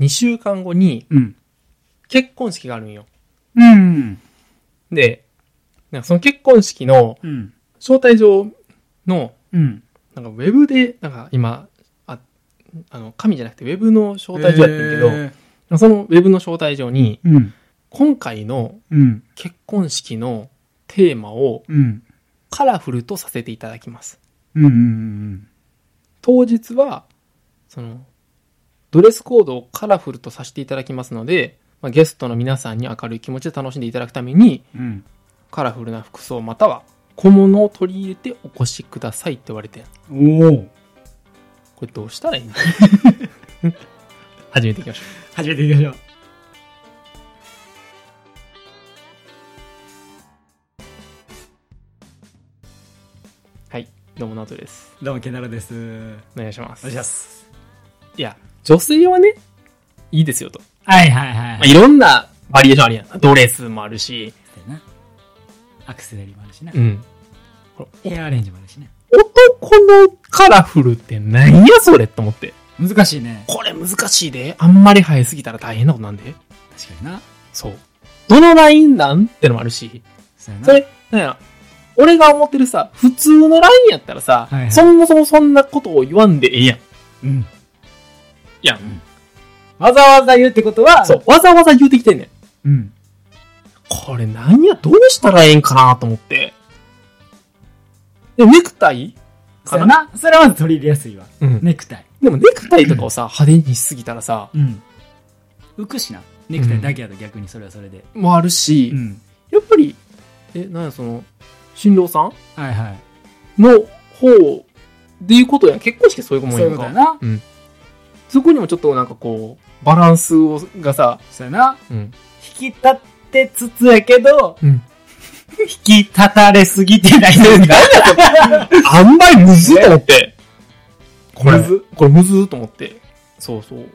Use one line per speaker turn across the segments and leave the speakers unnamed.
2週間後に
うん。
結婚式があるんよ。
うん。
で、なんかその結婚式の
うん。
招待状の、
うん。
なんかウェブで、なんか今、あ、あの、紙じゃなくてウェブの招待状やってるけど、
え
そのウェブの招待状に、
ーうん。
今回の
うん。
結婚式のテーマを
うん。
カラフルとさせていただきます。
うん。うん。
当日は、その、ドレスコードをカラフルとさせていただきますので、まあ、ゲストの皆さんに明るい気持ちで楽しんでいただくために、
うん。
カラフルな服装または小物を取り入れてお越しくださいって言われてん
うん。おお。
これどうしたらいいの 始めていきましょ
始めていきましょう。
う。どうも、ナオトです。
どうも、ケンタロウです。お
お願いします。
願いします。
いや、女性はね、いいですよと。
はいはいはい
まあ、いろんなバリエーションあるやん。ドレスもあるし、
な。アクセサリーもあるしな。
ん。
ヘアアレンジもあるしね。
男のカラフルって何やそれと思って。
難しいね。
これ難しいで。あんまり生えすぎたら大変なことなんで。
確かにな。
そう。どのラインなんってのもあるし。
そうやな。
それ、なんやろ俺が思ってるさ、普通のラインやったらさ、
はいはい
そもそもそんなことを言わんでええやん。
うん。
やん。
わざわざ言うってことは、
そう。。わざわざ言うてきてんねん。
うん。
これ何や、どうしたらええんかなと思って。で、ネクタイ
そ
か
う
な
やな。それはまず取り入れやすいわ。
うん。
ネクタイ。
でもネクタイとかをさ、派手にしすぎたらさ、
うん。浮くしな。ネクタイだけやと逆にそれはそれで。
もあるし、
ん。
やっぱり、え、なんやその、新郎さん
はいはい。
の方でいうことやん。結婚式そういう子も
そ
いう
い
る
う
の
こと
か
や。な。
そこにもちょっとなんかこう、バランスをがさ、
そうやな。
うん。
引き立ってつつやけど、
うん。
引き立たれすぎてない
何やあんまりむずっと思って。これ
むず、
これむずっと思って。そうそう。こ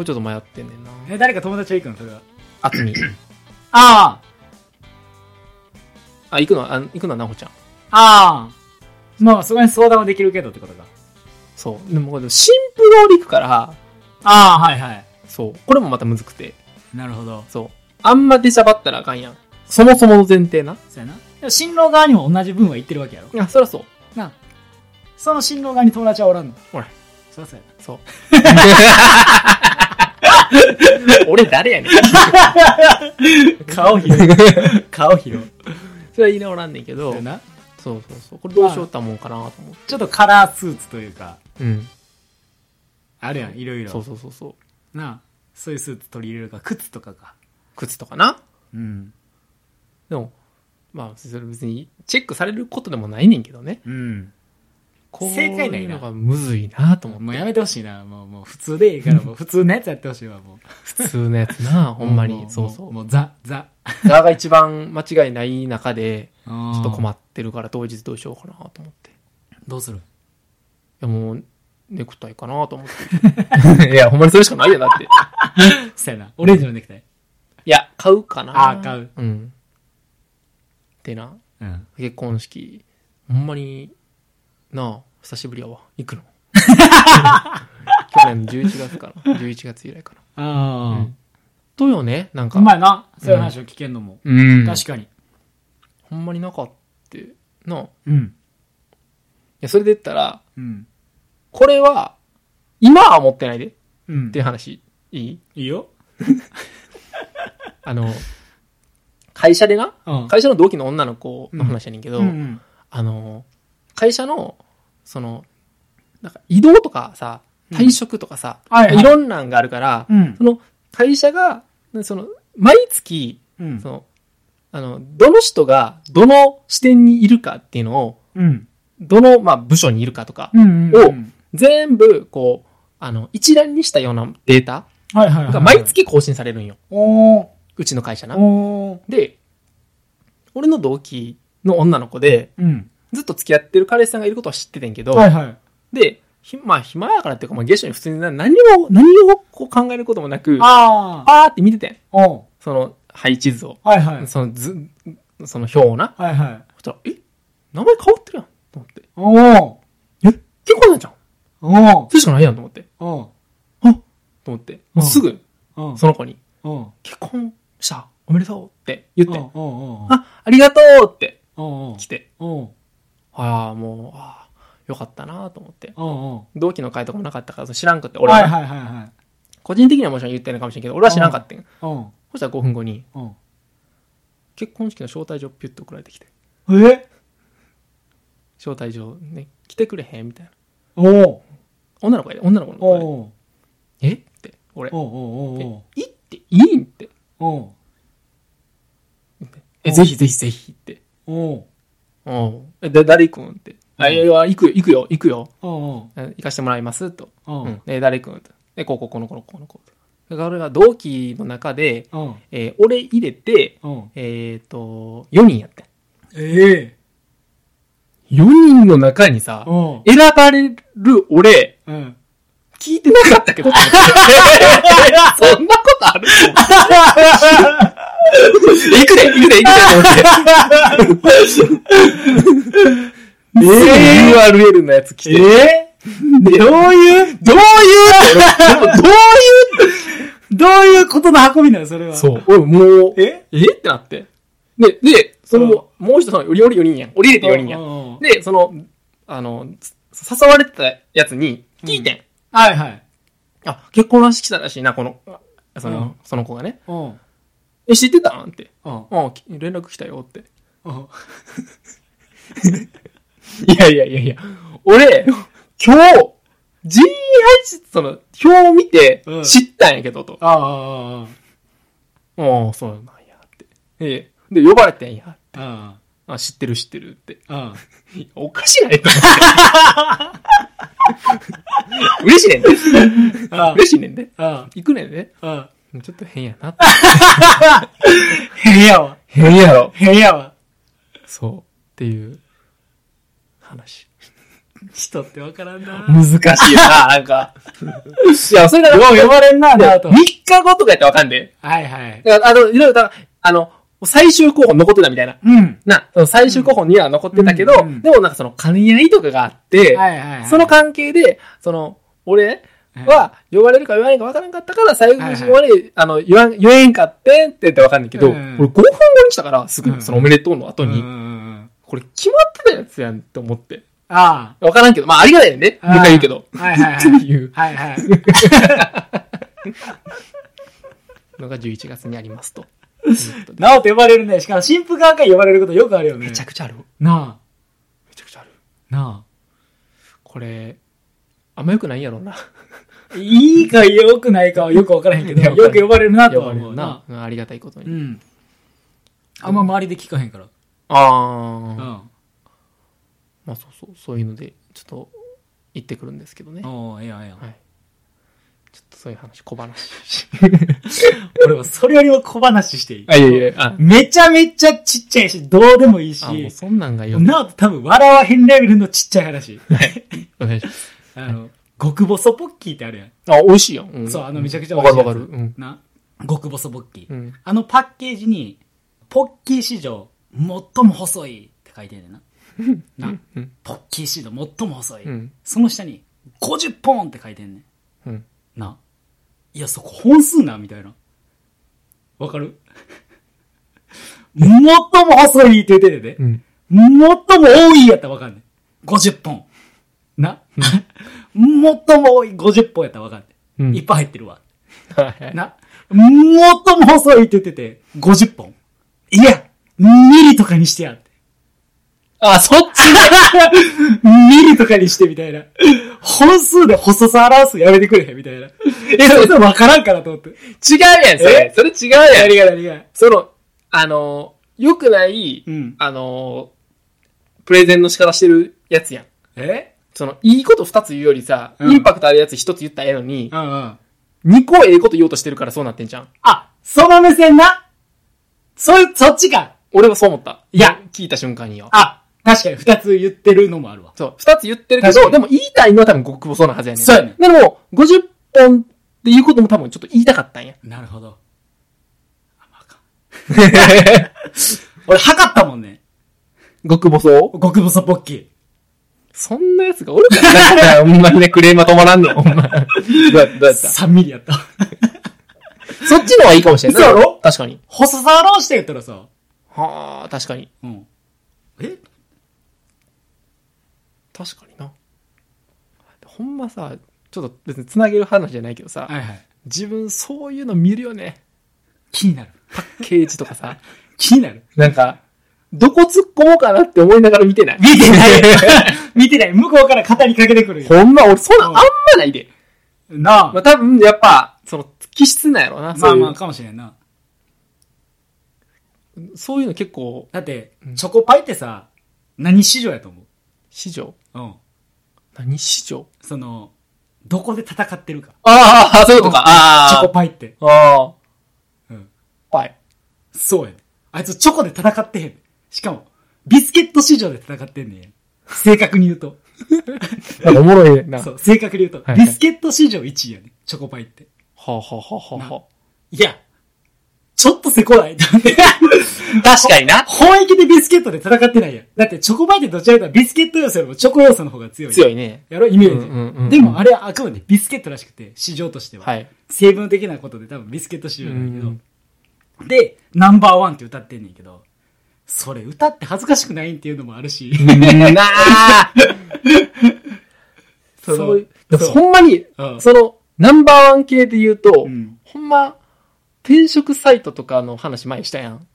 れちょっと迷ってんねんな。
え、誰か友達は行くのそれは。
あつみ。
あ
あ、行くのは、あ行くのはなほちゃん。
あ、ああ。まあ、そこに相談はできるけどってことか。
そう。でもこれ、新婦が俺行くから、
ああ、はいはい。
そう。これもまたむずくて。
なるほど。
そう。あんま出しゃばったらあかんやん。そもそもの前提な。
そうやな。でも新郎側にも同じ分は言ってるわけやろ。
あ、そらそう。
なあその新郎側に友達はおらんの
おらん
そりゃそうや
そう。 俺誰やねん。
な顔 広い顔広い
それは言いなおらんねんけ
そ
ど
うや。な
そうそうそう。これどうしようったもんかなと思って。
ちょっとカラースーツというか
うん。
あるやんいろいろ
そうそうそうそう。
なあそういうスーツ取り入れるか靴とかか
靴とかな。
うん
でも、まあ、それ別にチェックされることでもないねんけどね。
うん
こう
正解ないな
いうのがむずいなと思って。
もうやめてほしいなもうもう普通でい いからもう普通のやつやってほしいわもう
普通のやつ な、ほんま
も
に。
う
そう
も
そう
もうザザ
う。側が一番間違いない中で、
ち
ちょ
ょ
っと困
っ
ってるから当日どうしようかなと思って。
どうする
いやもう、ネクタイかなと思 って。いや、ほんまにそれしかないやんだって。い
そうやなオレンジのネクタイ
や、買うかな。
あー買う。
うん。てな、
うん
結婚式、ほんまに、なあ、久しぶりやわ。行 くの。去年11月かな。11月以来かな。
あ
とよね、なん
あ
か。
うまいなそういう話を聞けんのも
うん。
確かに
ほんまになかった。なあ。い
うん
や、それで言ったら、
うん
これは、今は思ってないで。っ
うん
ていう話、いい
いいよ
あの、会社でな、
うん
会社の同期の女の子の話やねんけど、
うんうん
あの、会社の、その、なんか移動とかさ、退職とかさ、
はいはい
いろんなんがあるから、
うん
その会社が、その、毎月、
うん
その、あの、どの人が、どの視点にいるかっていうのを、
うん
どの、まあ、部署にいるかとか、
うんうんうん
全部、こう、あの、一覧にしたようなデータ
はいはいはいは
が
い
毎月更新されるんよ。
おー
うちの会社な。
おー
で、俺の同期の女の子で、
うん
ずっと付き合ってる彼氏さんがいることは知っててんけど、
はいはい
で、ひまあ、暇やからっていうか、まあ、ゲストに普通にな何を、何をこう考えることもなく、
ああ
パーって見ててん。
おう
その配置図を。
はいはい
その図、その表をな。
はいはい
そしたら、え名前変わってるやん。と思って。
おお
え結構なんじゃん。
お
それしかないやんと思って。
お
あ、と思って、
うん
もうすぐ、
うん。
その子に、
うん。うん。
結婚したおめでとうって言って、
うんうんうん。
あ、ありがとうって
うんうん。
来て、
うんうん
ああ、もう、ああ、よかったなと思って。
うんうん。
同期の会とかもなかったから、その知らんくって、俺は
はい
な、
はいはいはい。
個人的にはもちろん言ってないかもしれんけど、俺は知らんかったんよ
うん。
そしたら5分後に、
うん。
結婚式の招待状ピュッと送られてきて、
え
招待状ね、来てくれへんみたいな。
おお
女の子やで、女の子の
お
子で
お
えって、俺
お、お
いいって、いいんって。
おお
え、
うん
ぜひぜひぜひって。
おお
うん。え、だ、誰行くんって。あ、いやいや、行くよ、行くよ、行くよ。
お
あ行かしてもらいます、と。
お
うん。え、誰行くんと。で、こうこうこの子の子の子と。だから俺が同期の中で、
うん。
えー俺入れて、
うん。
えっ、と、4人やってん。
ええ。
4人の中にさ、
うん。
選ばれる俺、
うん。
聞いてなかった けど。そんなことある行くで行くで行 くでと思って。え URL のやつ来て。
え
で
どういう
どういうでもどう
どういうことの運びなのそれは。
そう。俺もう、え
え
ってなって。で、で、その、もう一つの、よりより4人やん。降りれて4人やん。
人
で、その、あの、さ誘われてたやつに聞いてん。
はいはい。
あ、結婚らしきたらしいな、この、その、
うん
その子がね。
うん。うん。
え、知ってたんって。
うん。
あき連絡来たよって。
うん。
いやいやいやいや、俺、今日、G8、その、表を見て
うん、
知ったんやけどと。
ああ、あ
ああ、そうなんやって。ええ。で、呼ばれてんや。
あ、あ
あ、知ってる知ってるって。
あ。
いや おかしないと 思って。嬉しい ねんで。
あ
嬉しいねんで。
あ、
行くねんで。
ああ。
ちょっと変やなって。
変やわ。
変やろ。
変やわ。
そう。っていう、話。
人ってわからんな。
難しいよ な、なんか。いや、それが、
よう呼ばれんな、なと
3。日後とかやったらわかんで、
はいはい。
だから、あの、いろいろだから、あの、最終候補残ってたみたいな。
うん。
な、その最終候補には残ってたけど、
うんうん
でもなんかその兼ね合いとかがあって、
はいはいはい。
その関係で、その、俺は呼ばれるか呼ばれないか分からんかったから、最後にまで、あの、言わん、言えんかってんって言って分かんないけど、
うん
俺5分後に来たから、す
う
ぐ
ん
そのおめでとうの後
うんう
に、
んうん。
これ決まってたやつやんって思って。
あ
分からんけど、まあありがたいね。
あ。
もう一回言うけど。
はいはい
って
はい。
いう
はいはい。
のが11月にありますと。
なおと呼ばれるね。しかも新婦側から呼ばれることよくあるよね。
めちゃくちゃある。め
な
ちゃくちゃある。
あ。な
これ、あんま良くないんやろうな。
あ。いいか良くないかはよくわからへんけど、
いや
よく呼ばれるなと
呼
は
ばれ
思
る
うな
な。。うんありがたいことに。
うん。あんま周りで聞かへんから。
ああ、
ん。
まあそうそう、そういうので、ちょっと行ってくるんですけどね。
おーええやんええやん
はい。ちょっとそういう話、小話。
俺はそれよりも小話していい。
あ、いやいや、あ、
めちゃめちゃちっちゃいし、どうでもいいし、
あもうそんなんがよ。
なおと多分笑わへんレベルのちっちゃい話。
お願いします。
あの、極細ポッキーってあるやん。
あ、美味しいやん。ん
そうあのめちゃくちゃ
わ
美味
か
しい
る
や
わ
つ
かる。うん。
な。極細ポッキー。
うん。
あのパッケージに、ポッキー史上、最も細いって書いてんねんな。な。
うん。
ポッキー史上、最も細い。
うん。
その下に、50ポンって書いてんねん。
うん。
な。いや、そこ本数な、みたいな。わかる最も細いって言っててで。
うん。
最も多いやったらわかんない。50本。な。 最も多い50本やったらわかんない。
うん
いっぱい入ってるわ。
はい。
な。最も細いって言ってて、50本。いや、ミリとかにしてやって。
あ、そっち
ミリとかにしてみたいな。本数で細さ表すのやめてくれへんみたいな。え、それとわからんからと思って。
違うやん、それ。それ違うやん。
何が何が。
その、あの、良くない、
うん
あの、プレゼンの仕方してるやつやん。
え
その、いいこと二つ言うよりさ、
うん
インパクトあるやつ一つ言ったらええのに
う、んうん。
二個ええこと言おうとしてるからそうなってんじゃん。
あ、その目線な。そ、そっちか。
俺はそう思った。
いや、
聞いた瞬間によ。
あ、確かに二つ言ってるのもあるわ。
そう、二つ言ってるけ
確か
ど、
に
でも言いたいのは多分極細なはずやねん。
そうやねん
でも、50本っていうことも多分ちょっと言いたかったんや。
なるほど。あ、まああかん。俺測ったもんね。
極細を
極細ポッキー。
そんなやつがおるからなだ から。ほんまにね、クレームは止まらんの。 ほんま。どうやどうやった
3ミリやった。
そっちの方がいいかもしれんない。
そうやろ
確かに。
細さ表してやったらさ、
はあ、確かに。
うん。え
確かにな。ほんまさ、ちょっと別に繋げる話じゃないけどさ、
はいはい。
自分そういうの見るよね。
気になる。
パッケージとかさ。
気になる。
なんか、どこ突っ込もうかなって思いながら見てない。
見てない よ見てない。向こうから語りかけてくる よ。
ほんま、俺そんなあんまないで。
なあ。
まあ多分、やっぱ、その、気質なんやろうな。
ま
そ
あ
ういう、
まあ、かもしれんな。
そういうの結構、
だって、チョコパイってさ、何市場やと思
市場
ううん。
何市場
その、どこで戦ってるか。
ああ、そういうことか。
チョコ
あ
パイって。
あ。ああ
うん。
はい。
そうやね。あいつチョコで戦ってへん。しかも、ビスケット市場で戦ってんねん。正確に言うと。
なんかおもろい ねんな。は
そう、正確に言うと。
はいはい
ビスケット市場1位やね。チョコパイって。
あ、はあはあはあはい
や、ちょっとせこない。だ って
あ、確かにな。
本意気でビスケットで戦ってないやん。だってチョコパイってどちらかというとビスケット要素よりもチョコ要素の方が強い。
強
い。
いね。
やろイメージ、
うんうんうんうん
でもあれはあくまでビスケットらしくて、市場としては。
はい。
成分的なことで多分ビスケット市場なんやけど。
うん
で、ナンバーワンって歌ってんねんけど、それ歌って恥ずかしくないんっていうのもあるし。
なあ
そ う
そういうで
そう
もほんまに、
うん
その、ナンバーワン系で言うと、
うん
ほんま、転職サイトとかの話前にしたやん。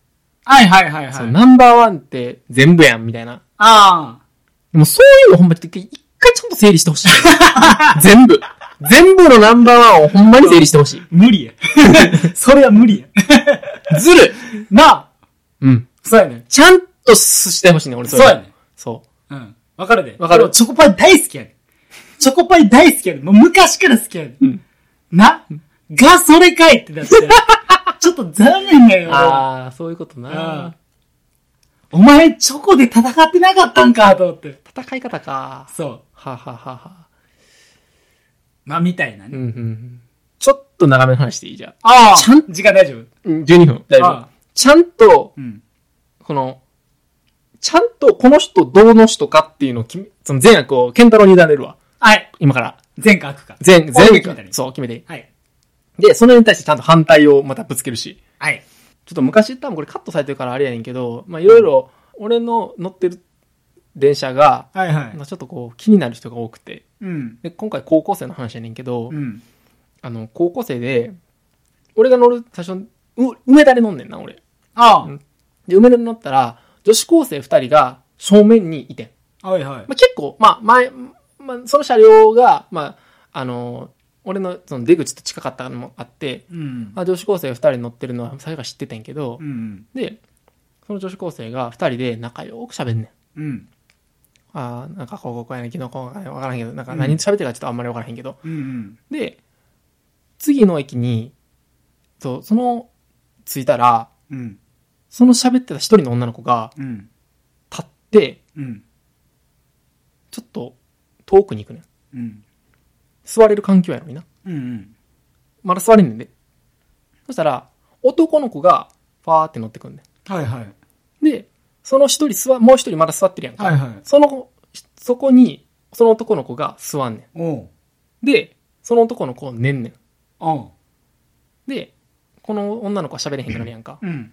はいはいはい
そ
は
の
い。
ナンバーワンって全部やん、みたいな。
あ
でもそういうのほんまに一回ちゃんと整理してほ しい。全部。全部のナンバーワンをほんまに整理してほしい
あ、。無理や。それは無理や。
ずる
なあ
うん。
そうやね。
ちゃんとしてほしいね、俺
そうやね。
そ
うん。わかるで。
わかる
俺チョコパイ大好きやねん。チョコパイ大好きやねん。もう昔から好きやねん。
うん
な、が、それかいって なって。ちょっと残念だ
う。
よ。
ああ、そういうこと
うん
な。
お前、チョコで戦ってなかったんか、と思って。
戦い方か。
そう。
はははは。
まあ、みたいな
う
ね。
んうん。ちょっと長めの話していいじゃん。
ああ
ちゃん
時間大丈夫
12分。大丈
あ
夫
あ。
ちゃんと、
うん。
この、ちゃんとこの人どうの人かっていうのを決め、その善悪を健太郎に委ねるわ。
はい。
今から。
前科悪か。
善、善
俺が決めた
悪
ね。
そう、決めていい。
はい。
で、それに対してちゃんと反対をまたぶつけるし。
はい。
ちょっと昔多分これカットされてるからあれやねんけど、まあいろいろ俺の乗ってる電車が、
はいは
まあちょっとこう気になる人が多くて、
うん。
で今回高校生の話やねんけど、
うん。
あの、高校生で、俺が乗る最初、う梅田で乗んねんな、俺。
あ
うんで、梅田で乗ったら、女子高生二人が正面にいてん。
あ。はいはい
まあ、。結構、まあ、前、まあ、その車両が、まあ、あの、俺のその出口と近かったのもあって、
うん。
まあ、女子高生二人乗ってるのは最初から知っててんけど
う、ん。
で、その女子高生が二人で仲良く喋んねん。
うん。
ああ、なんか、こうこうこうやねん、昨日こうかねん、わからんけど、なんか何喋ってるかちょっとあんまりわからへんけど、
うん。
で、次の駅に、そう、その、着いたら、
うん。
その喋ってた一人の女の子が
うん。
立って、
うん。
ちょっと遠くに行くねん。
うん。
座れる環境やのにな。
うん。
まだ座れんねんで。そしたら、男の子が、ファーって乗ってくんね
はいはい。
ん。で、その一人座、もう一人まだ座ってるやんか。
はいはい。
その、そこに、その男の子が座んね
おう。
ん。で、その男の子寝んねん。
おう。
で、この女の子は喋れへんくなるやんか。
うん。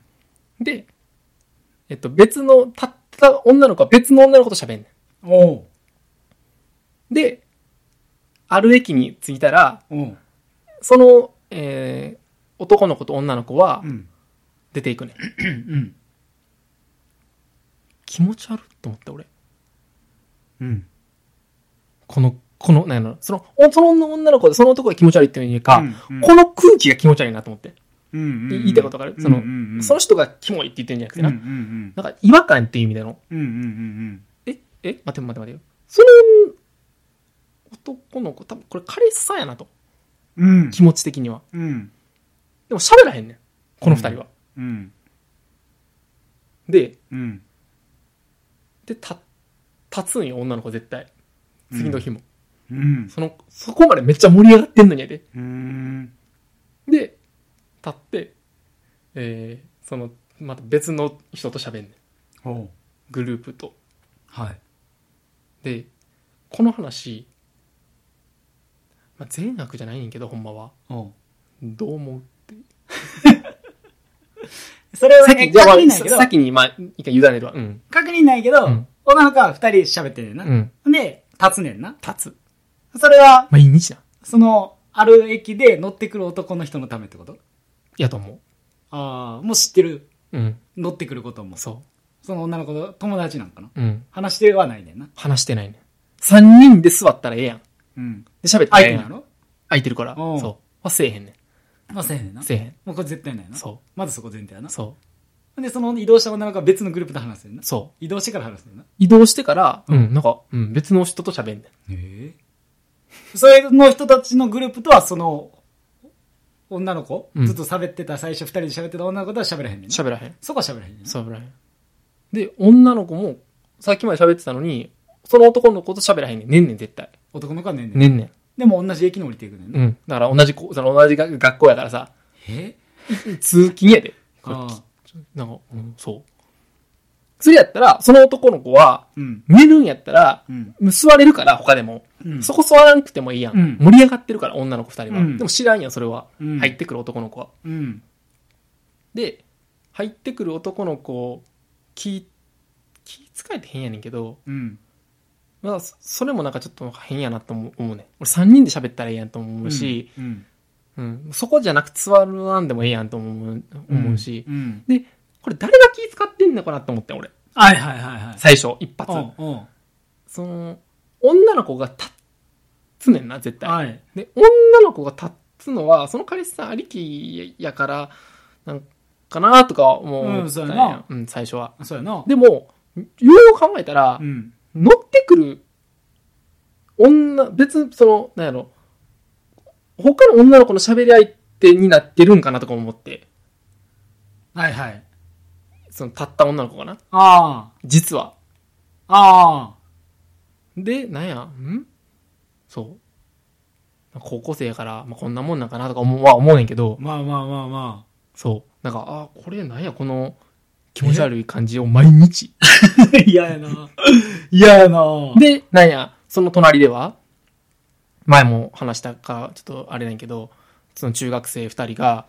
で、えっと、別の、たった女の子は別の女の子と喋んね
おう。
ん。で、ある駅に着いたら、
おう。
その、えー、男の子と女の子は
うん。
出ていくねん。
うん。
気持ち悪いと思って、俺。
うん。
この、この、なんやろ、その、おその女の子でその男が気持ち悪いっていうよりか、
うん
この空気が気持ち悪いなと思って。
うん。
い言いたいことがあるその
うん。
その人がキモいって言ってるんじゃなくて
うん。
な。
うん。うん。
なんか違和感っていう意味での。
うん。うん。
え、え、待て待て待てよ。その、男の子、多分これ彼氏さんやなと。
うん。
気持ち的には。
うん。
でも喋らへんねん。この二人は。
うん。
で、
うん。
で、た、立つんよ、女の子絶対。次の日も。
うん。
その、そこまでめっちゃ盛り上がってんのにやで。
うん。
で、立って、えー、その、また別の人と喋んねん。
おう。
グループと。
はい。
で、この話、まあ、善悪じゃないねんけど、ほんまは。
うん。
どう思う
それは
先
ね、
じゃあ
確認ないけど、
先に、まあ、一回委ねるわ。うん。
確認ないけど
うん、
女の子は二人喋ってんねん
う
な。
ん。
で、立つねんな。
立つ。
それは、
毎日な。
その、ある駅で乗ってくる男の人のためってこと
やと思
ああ、もう知ってる。
う。うん。
乗ってくることも。そ
そ
の女の子と友達なんかな。
う。うん。
話してはないねんな。
話してないねん。三人で座ったらええやん。で、
うん。
喋ったら
相
ええ
手
や。
なんの
空いてるから。
うん
そう。はせえへんね。。
まあ、せえへんねんなん
せえへん。
もうこれ絶対ないな。
そ
まずそこ前提やな
う。。そ
で、その移動した女の子は別のグループで話せるな
う。。そう。
移動してから話せるな。
移動してから、うん、なんか、うん、別の人と喋んねん。
ええそれの人たちのグループとは、その、女の子、
うん
ずっと喋ってた、最初二人で喋ってた女の子とは喋らへんねんな。
喋らへん。
そこは喋らへんねんな。
喋らへん。で、女の子も、さっきまで喋ってたのに、その男の子と喋らへんねん。ねんねん、絶対。
男の子はねんねん。
ねんね
でも同じ駅に降りていくねん
ん。
な。
うん。だから同じ子、その同じが学校やからさ、
え
通勤やで。
ああ。
なんか、うん、そう。それやったら、その男の子は、
うん。
寝るんやったら
う、ん。
座れるから、他でも。
うん。
そこ座らなくてもいいやん。
うん
盛り上がってるから、女の子二人は。
うん
でも知らんやん、それは。
うん
入ってくる男の子は。
うん。
で、入ってくる男の子を気、気使えて変やねんけど、
うん。
まあ、そそれもなんかちょっと変やなと思う思うね。俺3人で喋ったらええやんとも思うし、
うん、
うんそこじゃなく座るなんでもええやんとも思う思うし、
うん。
これ誰が気使ってんのかなと思ってん俺。
はいはいはいはい。
最初、一発。
うんうん。
その、女の子が立つねんな、絶対。
はい。
で、女の子が立つのは、その彼氏さんありきやから、なんかなとかも思ったん
うんそうやな
や、うん、最初は。
そうやな。
でも、よう考えたら
う、ん。
乗ってくる女、別にその、なんやろ、他の女の子の喋り相手になってるんかなとか思って、
はいはい。
その立った女の子かな、
あ
実は。
あ。ああ。
で、なんや、んそう。高校生やから、まあ、こんなもんなんかなとか思うは思うねんけど、
まあまあまあま
そう。なんか、あーこれなんや、この気持ち悪い感じを毎日。
あ。 嫌やな。嫌やな。
で、なんや、その隣では、前も話したか、ちょっとあれなんやけど、その中学生二人が、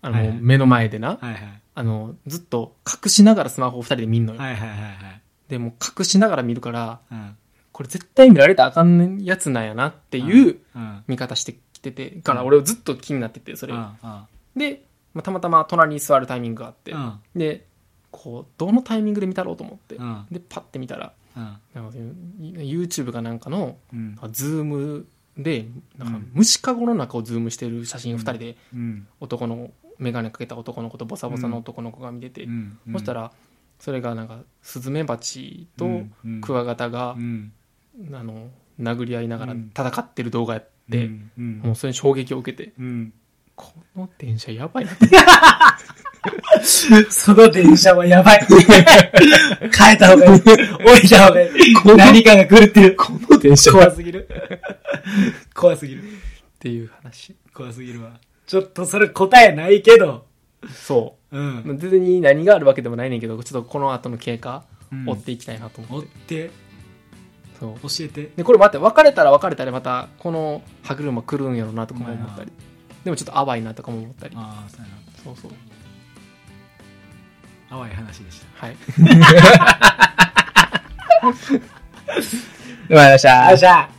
あの、
はいはい
目の前でな、
はいはい。
あの、ずっと隠しながらスマホを二人で見んのよ。
はいはいはいはい。
でも隠しながら見るから、
うん。
これ絶対見られたらあかんやつなんやなっていう
うん。
見方してきてて、から俺ずっと気になってて、それ。
うん。
で、まあ、たまたま隣に座るタイミングがあって、
うん。
で、こう、どのタイミングで見たろうと思って、
うん。
で、パッて見たら、
うん。
なんか YouTube かなんかの、
うん。
ズームで、なん
う
か
ん
虫かごの中をズームしてる写真を二人で、
うん。
男の、眼鏡かけた男の子とボサボサの男の子が見てて、
うん。
そした
ら、
ら、それがなんか、スズメバチ
う
と
ん、
クワガタが
う、ん。
あの、殴り合いながら
うん
戦ってる動画やって、
うん。
もうそれに衝撃を受けて、
うん。
この電車やばいなって。
その電車はやばい。 変えた方がいい。 降りた方がいい。
この
何かが狂ってる。
この 電車
怖すぎる。怖すぎる。
っていう話。
怖すぎるわ。ちょっとそれ答えないけど。
そうう。ま
ん。
あ別に何があるわけでもないねんけど、ちょっとこの後の経過、追っていきたいなと
追
思
っ
って。
て、
そう。
教えて。
で、これ待って、別れたら別れたでまた、この歯車来るんやろなとかも思ったり。でもちょっと淡いなとかも思ったり。
ああ、そうやな。
そうそう。
淡い話でした。
はい。わかりました
じゃあ。